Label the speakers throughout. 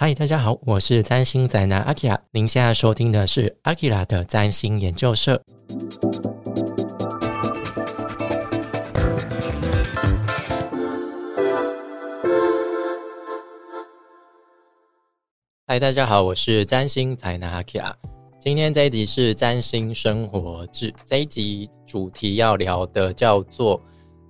Speaker 1: 嗨，大家好，我是占星宅男阿 Kira，您现在收听的是阿 Kira 的占星研究社。嗨，大家好，我是占星宅男阿 Kira，今天这一集是占星生活志，这一集主题要聊的叫做。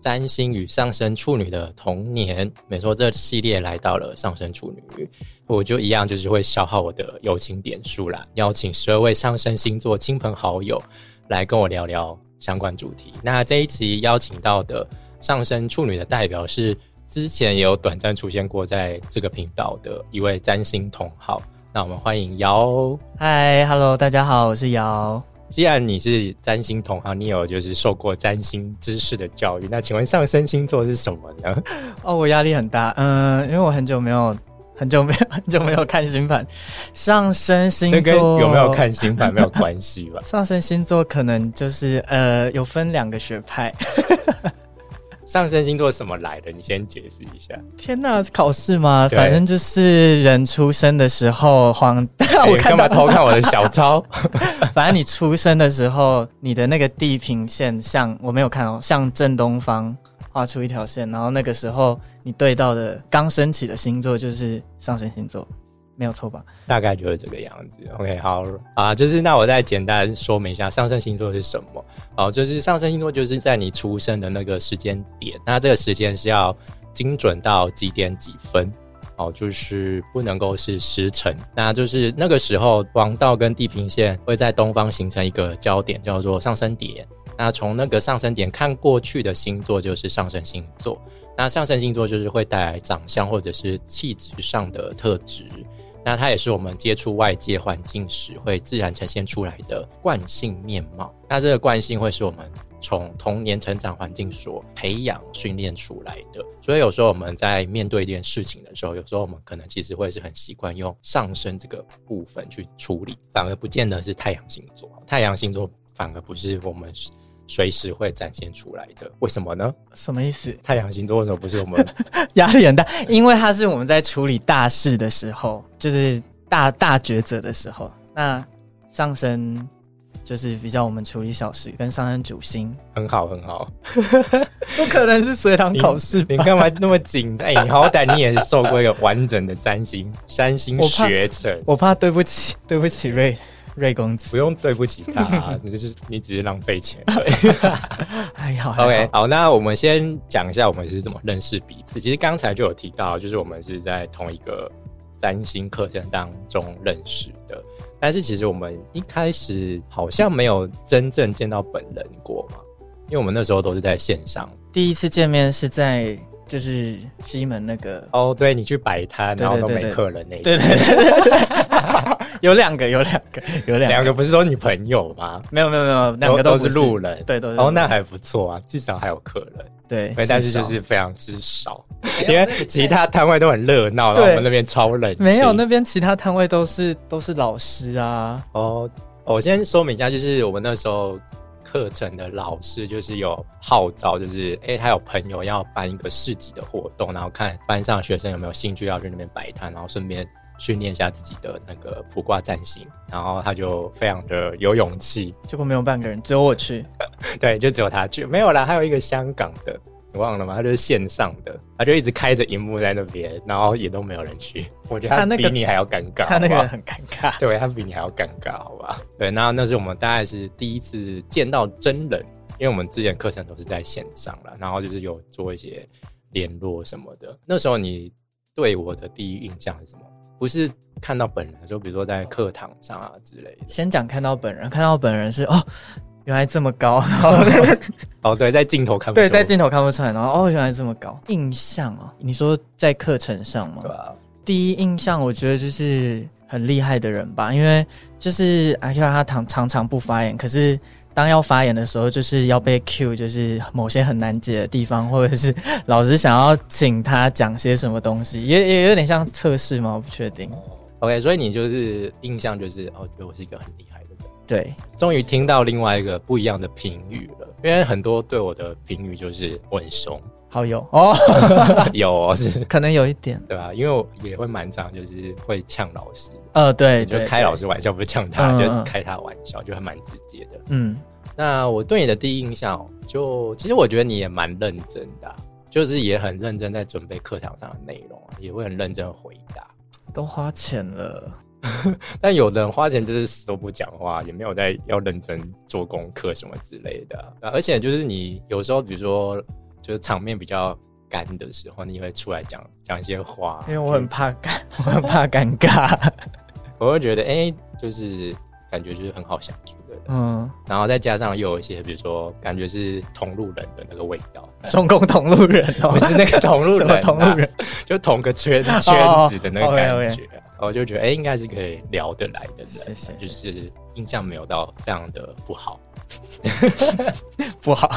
Speaker 1: 占星与上升处女的童年，没错，这系列来到了上升处女，我就一样就是会消耗我的友情点数啦，邀请十二位上升星座亲朋好友来跟我聊聊相关主题。那这一期邀请到的上升处女的代表是之前也有短暂出现过在这个频道的一位占星同好，那我们欢迎姚。
Speaker 2: 嗨，Hello，大家好，我是姚。
Speaker 1: 既然你是占星同行，你有就是受过占星知识的教育，那请问上升星座是什么呢？
Speaker 2: 哦，我压力很大，嗯，因为我很久没有、很久没有、 很久没有看星盘。上升星
Speaker 1: 这跟
Speaker 2: 座？
Speaker 1: 有没有？看星盘没有关系吧
Speaker 2: 上升星座可能就是呃，有分两个学派。
Speaker 1: 上升星座什么来的？你先解释一下。
Speaker 2: 天呐，是考试吗？
Speaker 1: 对
Speaker 2: 反正就是人出生的时候，黄，
Speaker 1: 哎
Speaker 2: 我看
Speaker 1: 干嘛
Speaker 2: 到，
Speaker 1: 偷看我的小抄？
Speaker 2: 反正你出生的时候，你的那个地平线向我没有看哦，向正东方画出一条线，然后那个时候你对到的刚升起的星座就是上升星座，没有错吧？
Speaker 1: 大概就是这个样子。OK，好啊，就是那我再简单说明一下上升星座是什么。好，就是上升星座就是在你出生的那个时间点，那这个时间是要精准到几点几分。哦，就是不能够是时辰，那就是那个时候黄道跟地平线会在东方形成一个交点，叫做上升点。那从那个上升点看过去的星座就是上升星座，那上升星座就是会带来长相或者是气质上的特质。那它也是我们接触外界环境时会自然呈现出来的惯性面貌。那这个惯性会是我们从童年成长环境所培养训练出来的。所以有时候我们在面对一件事情的时候，有时候我们可能其实会是很习惯用上升这个部分去处理，反而不见得是太阳星座。太阳星座反而不是我们随时会展现出来的。为什么呢？
Speaker 2: 什么意思？
Speaker 1: 太阳星座为什么不是我们
Speaker 2: 压力很大，因为它是我们在处理大事的时候，就是大大抉择的时候。那上升就是比较我们处理小事，跟上升主星，
Speaker 1: 很好很好？
Speaker 2: 不可能是随堂考试
Speaker 1: 你
Speaker 2: 吧？
Speaker 1: 干嘛那么紧？哎、你好歹你也受过一个完整的占星占星
Speaker 2: 我怕
Speaker 1: 学程，
Speaker 2: 我怕对不起，对不起瑞瑞公子
Speaker 1: 不，用对不起他、啊 你就是你只是浪费钱 而已。
Speaker 2: 还好还好
Speaker 1: OK，好，那我们先讲一下我们是怎么认识彼此。其实刚才就有提到，就是我们是在同一个占星课程当中认识的，但是其实我们一开始好像没有真正见到本人过嘛，因为我们那时候都是在线上。
Speaker 2: 第一次见面是在就是西门那个，
Speaker 1: 哦，对你去摆摊，然后都
Speaker 2: 对
Speaker 1: 没
Speaker 2: 对对对
Speaker 1: 客人那一次，
Speaker 2: 对对对对对， 有两个有两个有两
Speaker 1: 两
Speaker 2: 个，
Speaker 1: 个不是说你朋友吗？
Speaker 2: 没有没有没有，两个
Speaker 1: 都
Speaker 2: 不
Speaker 1: 是路人，
Speaker 2: 对都是路人
Speaker 1: 哦，那还不错啊，至少还有客人，
Speaker 2: 对
Speaker 1: 对，，但是
Speaker 2: 至少
Speaker 1: 就是非常之少，因
Speaker 2: 没有
Speaker 1: 为其他摊位都很热闹，然后
Speaker 2: 对
Speaker 1: 我们那边超冷清，
Speaker 2: 没有，那边其他摊位都是都是老师啊，
Speaker 1: 哦，哦我先说明一下，就是我们那时候课程的老师就是有号召，就是哎、他有朋友要办一个市集的活动，然后看班上的学生有没有兴趣要去那边摆摊，然后顺便。训练一下自己的那个卜卦占星，然后他就非常的有勇气，
Speaker 2: 结果没有半个人，只有我去。
Speaker 1: 对，就只有他去，没有啦，还有一个香港的，你忘了吗？他就是线上的，他就一直开着荧幕在那边，然后也都没有人去。我觉得
Speaker 2: 他
Speaker 1: 他
Speaker 2: 那
Speaker 1: 比
Speaker 2: 个
Speaker 1: 你还要尴尬
Speaker 2: 他
Speaker 1: 好不
Speaker 2: 那个
Speaker 1: 好
Speaker 2: 很尴尬，
Speaker 1: 对他比你还要尴尬，好吧？对，那那是我们大概是第一次见到真人，因为我们之前课程都是在线上了，然后就是有做一些联络什么的。那时候你对我的第一印象是什么？不是看到本人，就比如说在课堂上啊之类的。
Speaker 2: 先讲看到本人，看到本人是哦，原来这么 高，然后
Speaker 1: 哦，对，在镜头看不
Speaker 2: 对，
Speaker 1: 出
Speaker 2: 在镜头看不出来，然后哦，原来这么高。印象哦，你说在课程上吗
Speaker 1: 对？吧？
Speaker 2: 第一印象我觉得就是很厉害的人吧，因为就是阿 Q 他常常常不发言，可是。当要发言的时候，就是要被 Q，就是某些很难解的地方，或者是 老师想要请他讲些什么东西，也也有点像测试吗？我不确定。
Speaker 1: OK，所以你就是印象就是哦，觉得我是一个很厉害的人。
Speaker 2: 对，
Speaker 1: 终于听到另外一个不一样的评语了，因为很多对我的评语就是我很凶，
Speaker 2: 好有哦，
Speaker 1: 有哦是，
Speaker 2: 可能有一点，
Speaker 1: 对吧、因为我也会蛮常就是会呛老师，
Speaker 2: 呃，对，
Speaker 1: 就
Speaker 2: 对，
Speaker 1: 开老
Speaker 2: 对，
Speaker 1: 师玩笑，不是呛他，
Speaker 2: 嗯
Speaker 1: 就
Speaker 2: 嗯
Speaker 1: 开他玩笑，就还蛮直接的。
Speaker 2: 嗯，
Speaker 1: 那我对你的第一印象哦，就其实我觉得你也蛮认真的啊、就是也很认真在准备课堂上的内容啊，也会很认真回答。
Speaker 2: 都花钱了，
Speaker 1: 但有的人花钱就是死都不讲话，也没有在要认真做功课什么之类的啊、啊而且就是你有时候，比如说就是场面比较干的时候，你也会出来讲讲一些话，
Speaker 2: 因为我很怕尴，我很怕尴尬，
Speaker 1: 我会觉得哎、就是感觉就是很好相处的人。
Speaker 2: 嗯，
Speaker 1: 然后再加上又有一些，比如说感觉是同路人的那个味道，
Speaker 2: 嗯中共同路人哦
Speaker 1: 不，是那个同路
Speaker 2: 什
Speaker 1: 人、
Speaker 2: 么
Speaker 1: 啊，
Speaker 2: 同路人，
Speaker 1: 就同个圈圈
Speaker 2: 哦
Speaker 1: 子的那个感
Speaker 2: OK，OK
Speaker 1: 觉，我就觉得哎、应该是可以聊得来的
Speaker 2: 是
Speaker 1: 人，啊
Speaker 2: 是
Speaker 1: 就是是印象没有到这样的不好。
Speaker 2: 不好，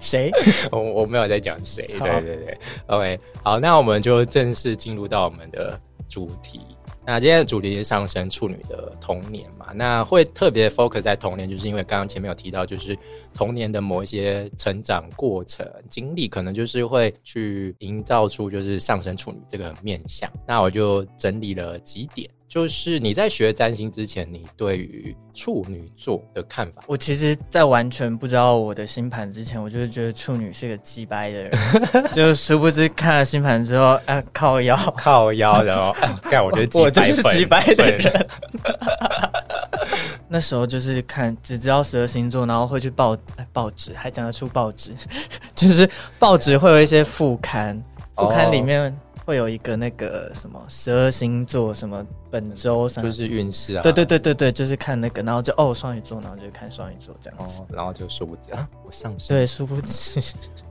Speaker 2: 谁？
Speaker 1: 我 我没有在讲谁，
Speaker 2: 好
Speaker 1: 对对对，OK，好，那我们就正式进入到我们的主题。那今天的主题是上升处女的童年嘛？那会特别 focus 在童年，就是因为刚刚前面有提到，就是童年的某一些成长过程经历，可能就是会去营造出就是上升处女这个面相。那我就整理了几点，就是你在学占星之前，你对于处女座的看法。
Speaker 2: 我其实，在完全不知道我的星盘之前，我就是觉得处女是个鸡掰 的人，就殊不知看了星盘之后，啊，靠腰，
Speaker 1: 靠腰，然 后干，我觉得 几
Speaker 2: 我就
Speaker 1: 百
Speaker 2: 是
Speaker 1: 分
Speaker 2: 鸡掰的
Speaker 1: 对
Speaker 2: 人。 那时候就是看只知道十二星座，然后会去报哎报纸，还讲得出报纸， 就是报纸会有一些副刊，
Speaker 1: 哦
Speaker 2: 副刊里面会有一个那个什么十二星座什么本周什么，
Speaker 1: 就是运势啊，
Speaker 2: 嗯对对对对对，就是看那个，然后就哦双鱼座，然后就看双鱼座这样子。
Speaker 1: 哦，然后就殊不知啊，我上升，
Speaker 2: 对，殊 不知，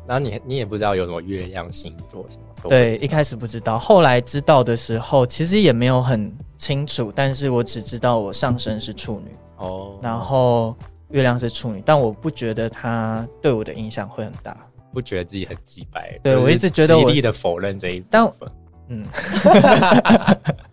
Speaker 1: 然后你你也不知道有什么月亮星座什么，都不
Speaker 2: 对，
Speaker 1: 知道
Speaker 2: 一开始不知道，后来知道的时候，其实也没有很清楚，但是我只知道我上身是处女，
Speaker 1: 哦，
Speaker 2: 然后月亮是处女，但我不觉得它对我的影响会很大。
Speaker 1: 不觉得自己很鸡掰，
Speaker 2: 对
Speaker 1: 就是
Speaker 2: 我一直觉得我
Speaker 1: 极力的否认这一部
Speaker 2: 但
Speaker 1: 分，
Speaker 2: 嗯，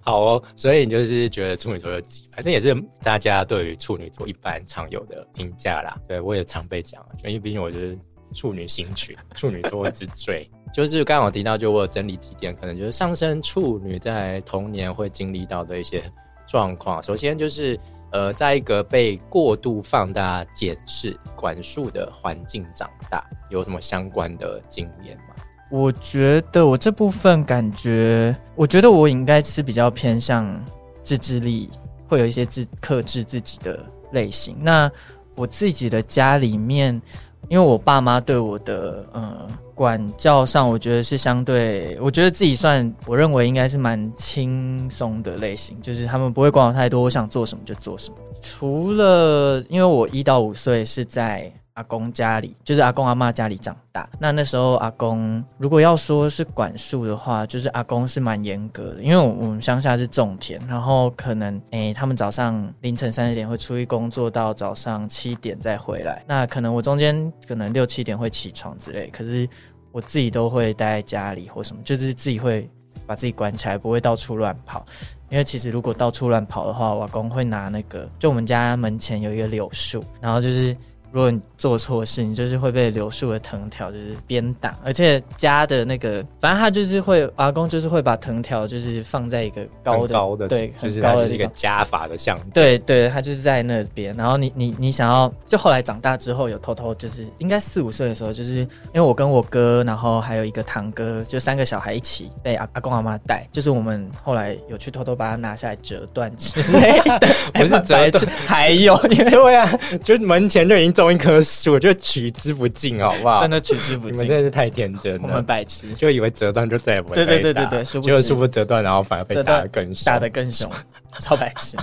Speaker 1: 好哦，所以你就是觉得处女座有鸡掰，这也是大家对于处女座一般常有的评价啦，对我也常被讲，啊因为毕竟我就是处女星群， 处女座之最。就是刚刚有提到，就我有整理几点，可能就是上升处女在童年会经历到的一些状况。首先就是呃，在一个被过度放大、检视、管束的环境长大，有什么相关的经验吗？
Speaker 2: 我觉得我这部分感觉，我觉得我应该是比较偏向自制力，会有一些自克制自己的类型。那我自己的家里面，因为我爸妈对我的呃管教上，我觉得是相对，我觉得自己算我认为应该是蛮轻松的类型，就是他们不会管我太多，我想做什么就做什么。除了因为我一到五岁是在阿公家里，就是阿公阿妈家里长大。那那时候阿公如果要说是管束的话，就是阿公是蛮严格的，因为我我们乡下是种田，然后可能诶、他们早上凌晨三四点会出去工作，到早上七点再回来。那可能我中间可能六七点会起床之类，可是我自己都会待在家里或什么，就是自己会把自己关起来，不会到处乱跑。因为其实如果到处乱跑的话，我阿公会拿那个，就我们家门前有一个柳树，然后就是如果你做错事，你就是会被柳树的藤条就是鞭打，而且家的那个，反正他就是会，阿公就是会把藤条就是放在一个高
Speaker 1: 很
Speaker 2: 的，
Speaker 1: 高的
Speaker 2: 对，
Speaker 1: 就
Speaker 2: 很
Speaker 1: 是
Speaker 2: 高
Speaker 1: 它就
Speaker 2: 的地
Speaker 1: 是
Speaker 2: 方
Speaker 1: 一个加法的象征。，
Speaker 2: 对对，他就是在那边。然后你你你想要，就后来长大之后有偷偷，就是应该四五岁的时候，就是因为我跟我哥，然后还有一个堂哥，就三个小孩一起被阿阿公阿妈带，就是我们后来有去偷偷把它拿下来折断之 类的
Speaker 1: 不是折断
Speaker 2: 白痴，还 有因为
Speaker 1: 对啊，就门前就已经种一棵树，就取之不尽，好不好？
Speaker 2: 真的取之不
Speaker 1: 你们
Speaker 2: 尽，
Speaker 1: 真的是太天真
Speaker 2: 我们
Speaker 1: 了，
Speaker 2: 白痴，
Speaker 1: 就以为折断就再也不会
Speaker 2: 对对
Speaker 1: 被
Speaker 2: 对
Speaker 1: 打
Speaker 2: 对对殊不
Speaker 1: 结果
Speaker 2: 知
Speaker 1: 殊不折断，然后反而被
Speaker 2: 折
Speaker 1: 打
Speaker 2: 断
Speaker 1: 得更凶。
Speaker 2: 打得更凶，超白痴。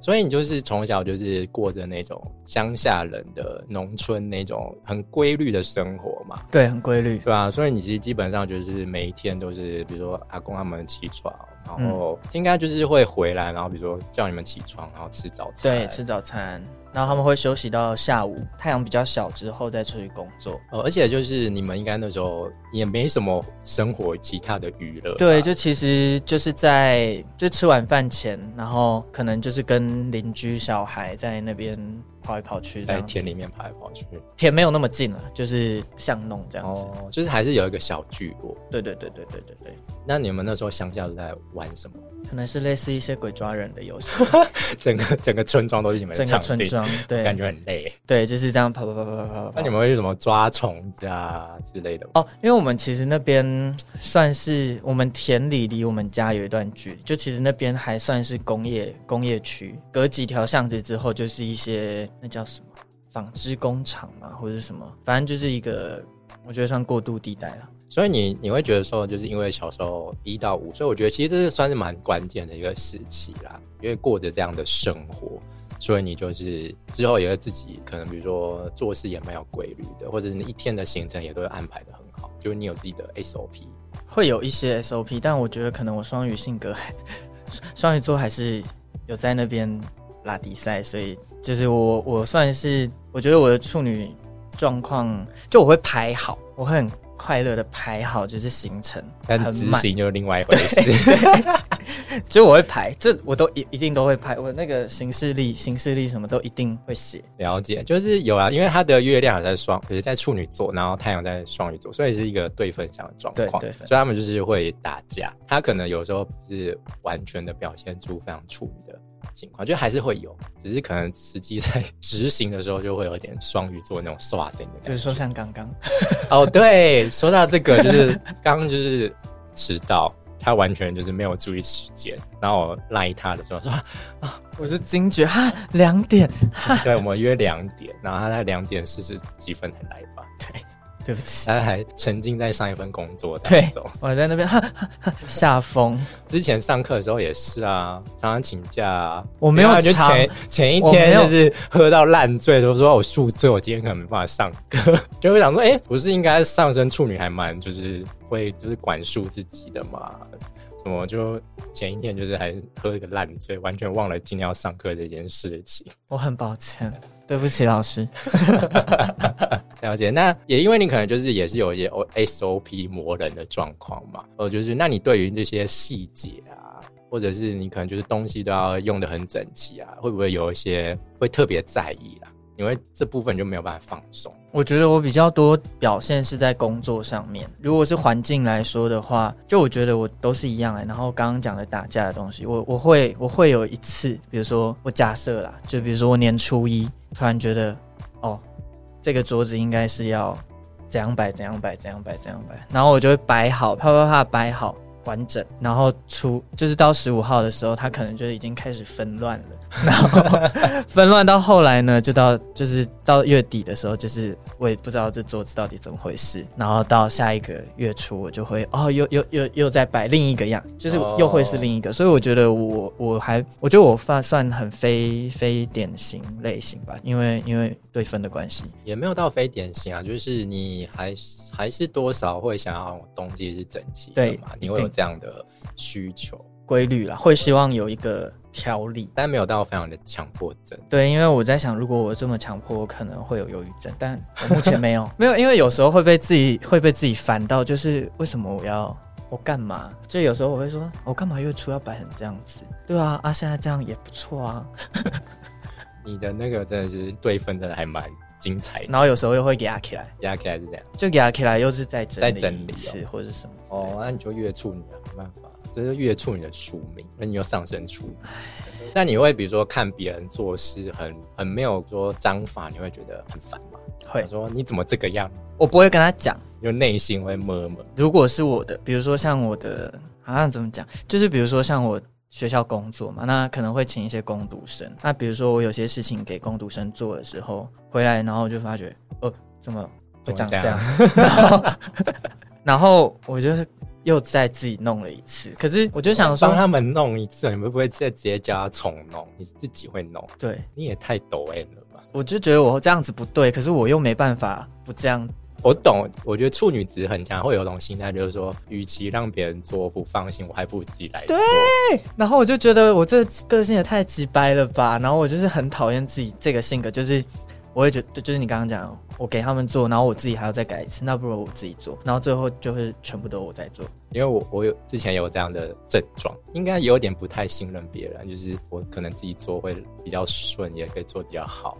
Speaker 1: 所以你就是从小就是过着那种乡下人的农村那种很规律的生活嘛，
Speaker 2: 对，很规律。
Speaker 1: 对吧、所以你其实基本上就是每一天都是，比如说阿公他们起床，然后
Speaker 2: 嗯
Speaker 1: 应该就是会回来，然后比如说叫你们起床，然后吃早餐，
Speaker 2: 对，吃早餐，然后他们会休息到下午，太阳比较小之后再出去工作。
Speaker 1: 哦，而且就是你们应该那时候也没什么生活其他的娱乐吧，
Speaker 2: 对，就其实就是在就吃晚饭前，然后可能就是跟邻居小孩在那边跑来跑去这
Speaker 1: 在
Speaker 2: 样子，
Speaker 1: 田里面跑来跑去。
Speaker 2: 田没有那么近了，就是巷弄这样子。
Speaker 1: 哦，就是还是有一个小聚落。
Speaker 2: 对对对对对对对，
Speaker 1: 那你们那时候乡下都在玩什么？
Speaker 2: 可能是类似一些鬼抓人的游戏，
Speaker 1: 整个整个村庄都是你们的
Speaker 2: 整个
Speaker 1: 场
Speaker 2: 村
Speaker 1: 地，
Speaker 2: 庄
Speaker 1: 感
Speaker 2: 对
Speaker 1: 觉很累。
Speaker 2: 对，就是这样跑跑跑跑跑跑跑。
Speaker 1: 那你们会什么抓虫子啊之类的吗？
Speaker 2: 哦，因为我们其实那边算是我们田里离我们家有一段距离，就其实那边还算是工业工业区，隔几条巷子之后就是一些那叫什么纺织工厂嘛，或者是什么，反正就是一个我觉得算过渡地带了。
Speaker 1: 所以你你会觉得说，就是因为小时候一到五，所以我觉得其实这是算是蛮关键的一个时期啦，因为过着这样的生活，所以你就是之后也会自己可能比如说做事也蛮有规律的，或者是你一天的行程也都会安排的很好，就是你有自己的 SOP。
Speaker 2: 会有一些 SOP，但我觉得可能我双鱼性格 还双鱼座还是有在那边拉迪赛，所以就是我我算是我觉得我的处女状况，就我会排好，我会很快乐的排好就是行程，
Speaker 1: 但
Speaker 2: 很
Speaker 1: 执
Speaker 2: 慢，
Speaker 1: 行就是另外一回事。
Speaker 2: 就我会排，这我都一一定都会排，我那个行事历、行事历什么都一定会写。
Speaker 1: 了解，就是有啊，因为他的月亮也在双，也是在处女座，然后太阳在双鱼座，所以是一个对分相的状况。
Speaker 2: 对对分
Speaker 1: 所以他们就是会打架。他可能有时候不是完全的表现出非常处女的情况，就还是会有，只是可能实际在 执行的时候就会有点双鱼座那种刷新的
Speaker 2: 比
Speaker 1: 感
Speaker 2: 如
Speaker 1: 觉。
Speaker 2: 说像刚刚，
Speaker 1: 哦，对，说到这个，就是刚刚就是迟到。他完全就是没有注意时间，然后我赖他的时候说 啊
Speaker 2: 我就惊觉哈两点，：“
Speaker 1: 对，我们约两点。”然后他在两点四十几分才来吧。
Speaker 2: 对不起，
Speaker 1: 他呃还沉浸在上一份工作当中。
Speaker 2: 我在那边哈哈哈吓疯，
Speaker 1: 之前上课的时候也是啊，常常请假啊。
Speaker 2: 我没有
Speaker 1: 然后就
Speaker 2: 常
Speaker 1: 前前一
Speaker 2: 我没
Speaker 1: 天
Speaker 2: 有
Speaker 1: 就是喝到烂醉，就说我宿醉，我今天可能没办法上课。 就会想说，哎、不是应该上升处女还蛮就是会就是管束自己的嘛？什么就前一天就是还喝了个烂醉，完全忘了今天要上课这件事情。
Speaker 2: 我很抱歉，对不起老师。
Speaker 1: 了解，那也因为你可能就是也是有一些 O SOP 磨人的状况嘛，呃，就是那你对于这些细节啊，或者是你可能就是东西都要用的很整齐啊，会不会有一些会特别在意啦？因为这部分就没有办法放松。
Speaker 2: 我觉得我比较多表现是在工作上面。如果是环境来说的话，就我觉得我都是一样哎、然后刚刚讲的打架的东西，我我会我会有一次，比如说我假设啦，就比如说我年初一突然觉得，哦，这个桌子应该是要怎样摆怎样摆怎样摆怎样摆，然后我就会摆好，啪啪啪摆好。完整，然后出就是到十五号的时候，它可能就已经开始纷乱了，纷乱到后来呢，就到就是到月底的时候，就是我也不知道这桌子到底怎么回事。然后到下一个月初，我就会哦，又又又又在摆另一个样，就是
Speaker 1: 哦
Speaker 2: 又会是另一个。所以我觉得我我还我觉得我算算很非非典型类型吧，因为因为对分的关系。
Speaker 1: 也没有到非典型啊，就是你还是还是多少会想要东西是整齐的
Speaker 2: 对
Speaker 1: 嘛，你会
Speaker 2: 一
Speaker 1: 有
Speaker 2: 定
Speaker 1: 这样的需求，
Speaker 2: 规律啦，会希望有一个条理。
Speaker 1: 但没有到非常的强迫症。
Speaker 2: 对，因为我在想，如果我这么强迫，我可能会有忧郁症，但我目前没有， 没有，因为有时候会被自己会被自己烦到，就是为什么我要我干嘛？就有时候我会说，我干嘛月初要摆成这样子？对啊，啊，现在这样也不错啊。
Speaker 1: 你的那个真的是对分真的还蛮精彩的，
Speaker 2: 然后有时候又会给他起来，
Speaker 1: 压起来是这样。
Speaker 2: 就给他起来，又是在整
Speaker 1: 再
Speaker 2: 理
Speaker 1: 整理
Speaker 2: 一次或者什么之类的。
Speaker 1: 哦，那你就越处女啊，没办法，这是越处女的宿命，那你就上升处女。那你会比如说看别人做事很很没有说章法，你会觉得很烦吗？
Speaker 2: 会
Speaker 1: 想，说你怎么这个样？
Speaker 2: 哦我不会跟他讲。
Speaker 1: 就内心会摸摸。
Speaker 2: 如果是我的，比如说像我的，啊，怎么讲？就是比如说像我学校工作嘛，那可能会请一些工读生。那比如说我有些事情给工读生做的时候，回来然后我就发觉，哦，怎么会长这
Speaker 1: 怎么
Speaker 2: 样？ 然后，然后我就是又再自己弄了一次。可是我就想
Speaker 1: 帮
Speaker 2: 说，
Speaker 1: 他们弄一次，你会不会再直接叫他重弄？你自己会弄，
Speaker 2: 对，
Speaker 1: 你也太抖 M 了吧？
Speaker 2: 我就觉得我这样子不对，可是我又没办法不这样。
Speaker 1: 我懂，我觉得处女值很强，会有一种心态，就是说，与其让别人做不放心，我还不如自己来做。
Speaker 2: 然后我就觉得我这个性也太直白了吧，然后我就是很讨厌自己这个性格，就是我会觉得就是你刚刚讲，我给他们做，然后我自己还要再改一次，那不如我自己做，然后最后就会全部都我在做。
Speaker 1: 因为我我有之前有这样的症状，应该有点不太信任别人，就是我可能自己做会比较顺，也可以做比较好，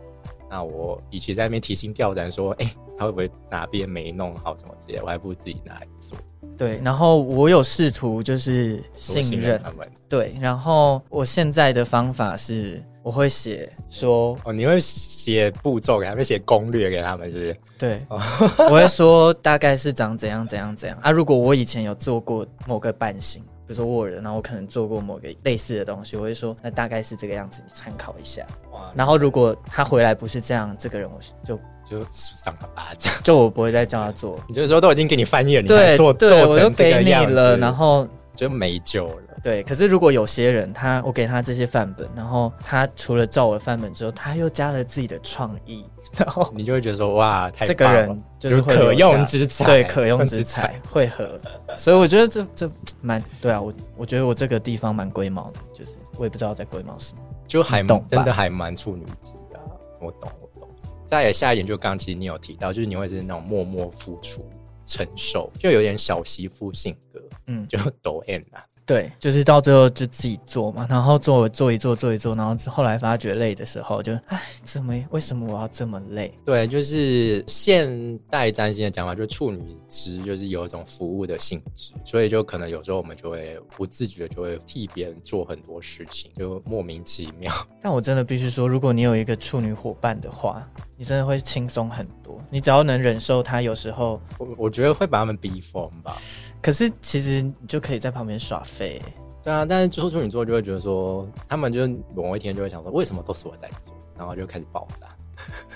Speaker 1: 那我与其在那边提心吊胆说，哎、他会不会哪边没弄好什么之类的，我还不如自己拿来做，
Speaker 2: 对，然后我有试图就是
Speaker 1: 多
Speaker 2: 信
Speaker 1: 任
Speaker 2: 任，
Speaker 1: 他们。
Speaker 2: 对，然后我现在的方法是，我会写说，
Speaker 1: 哦，你会写步骤给他们，写攻略给他们，是不是？
Speaker 2: 对， 我会说大概是长怎样怎样怎样啊。如果我以前有做过某个版型，比如说 Word，然后我可能做过某个类似的东西，我会说那大概是这个样子，你参考一下。
Speaker 1: 哇，
Speaker 2: 然后如果他回来不是这样，这个人我就
Speaker 1: 就赏他巴掌。
Speaker 2: 就我不会再叫他做。
Speaker 1: 你就是说都已经给你翻页了，你还
Speaker 2: 对
Speaker 1: 做做
Speaker 2: 对，我就
Speaker 1: 成这
Speaker 2: 给
Speaker 1: 个
Speaker 2: 你
Speaker 1: 样子
Speaker 2: 了，然后
Speaker 1: 就没救了。
Speaker 2: 对，可是如果有些人他我给他这些范本，然后他除了照我的范本之后，他又加了自己的创意， 然后
Speaker 1: 你就会觉得说哇，太
Speaker 2: 这个
Speaker 1: 棒了
Speaker 2: 人就是会
Speaker 1: 可
Speaker 2: 留下
Speaker 1: 用之才，
Speaker 2: 对可用
Speaker 1: 之
Speaker 2: 之才，会合，所以我觉得这这蛮对啊，我我觉得我这个地方蛮龟毛的，就是我也不知道在龟毛什么。
Speaker 1: 就还
Speaker 2: 你懂吧
Speaker 1: 真的还蛮处女级的啊、我懂，我懂。再下一点，就刚刚其实你有提到，就是你会是那种默默付出、承受，就有点小媳妇性格，
Speaker 2: 嗯，
Speaker 1: 就抖 M 啊。
Speaker 2: 对，就是到最后就自己做嘛，然后做做一做做一做，然后后来发觉累的时候就，哎，怎么为什么我要这么累？
Speaker 1: 对，就是现代占星的讲法，就是处女值就是有一种服务的性质，所以就可能有时候我们就会不自觉就会替别人做很多事情，就莫名其妙。
Speaker 2: 但我真的必须说，如果你有一个处女伙伴的话，你真的会轻松很多。你只要能忍受他有时候，
Speaker 1: 我我觉得会把他们逼疯吧。
Speaker 2: 可是其实你就可以在旁边耍废、
Speaker 1: 对啊，但是处处女座就会觉得说，他们就是某一天就会想说，为什么都是我在做，然后就开始爆炸，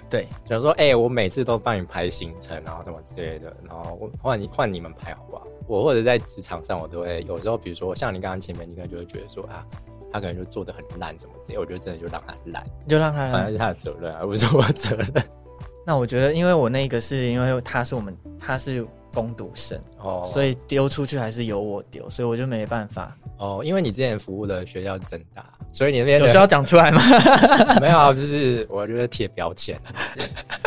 Speaker 2: 对，
Speaker 1: 想说，哎、我每次都帮你排行程，然后什么之类的，然后我换你换你们排好不好？我或者在职场上，我都会有时候，比如说像你刚刚前面，你可能就会觉得说啊，他可能就做的很烂什么之类的，我觉得真的就让他烂，
Speaker 2: 你就让他
Speaker 1: 反正是他的责任啊，而不是我的责任。
Speaker 2: 那我觉得，因为我那个是因为他是我们他是攻读生，
Speaker 1: 哦
Speaker 2: 所以丢出去还是由我丢，所以我就没办法。
Speaker 1: 哦，因为你之前服务的学校是正大，所以你那边
Speaker 2: 有
Speaker 1: 的
Speaker 2: 需要讲出来吗？
Speaker 1: 没有啊，就是我觉得贴标签。啊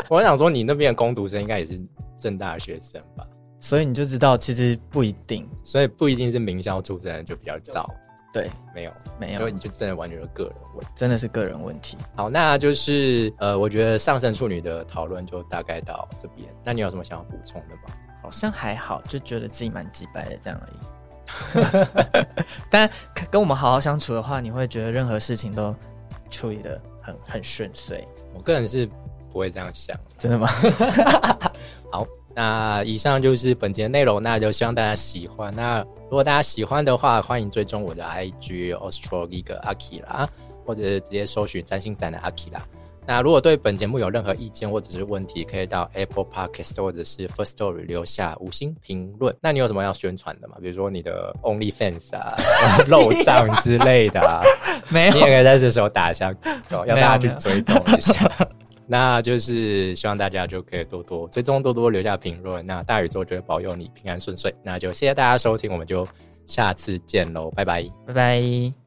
Speaker 1: 我想说，你那边的攻读生应该也是正大的学生吧？
Speaker 2: 所以你就知道，其实不一定。
Speaker 1: 所以不一定是名校出身的就比较早，
Speaker 2: 对，
Speaker 1: 没有，
Speaker 2: 没
Speaker 1: 所以
Speaker 2: 有
Speaker 1: 你，就真的完全是个人问题。
Speaker 2: 真的是个人问题。
Speaker 1: 好，那就是呃，我觉得上升处女的讨论就大概到这边。那你有什么想要补充的吗？
Speaker 2: 好像还好，就觉得自己蛮鸡掰的这样而已。 但跟我们好好相处的话，你会觉得任何事情都处理的很很顺遂，
Speaker 1: 我个人是不会这样想。
Speaker 2: 真的吗？
Speaker 1: 好，那以上就是本节内容，那就希望大家喜欢。那如果大家喜欢的话，欢迎追踪我的 IG Australic Akira，或者是直接搜寻占星展的 Akira。那如果对本节目有任何意见或者是问题，可以到 Apple Podcast 或者是 First Story 留下五星评论。那你有什么要宣传的吗？比如说你的 OnlyFans 啊、 漏账之类的啊，
Speaker 2: 没
Speaker 1: 你
Speaker 2: 有
Speaker 1: 也，可以在这时候打一下广告，要
Speaker 2: 没有
Speaker 1: 大家去
Speaker 2: 没有
Speaker 1: 追踪一下。 那就是希望大家就可以多多追踪，多多留下评论。那大宇宙就会保佑你平安顺遂。那就谢谢大家收听，我们就下次见喽，拜拜。
Speaker 2: 拜拜。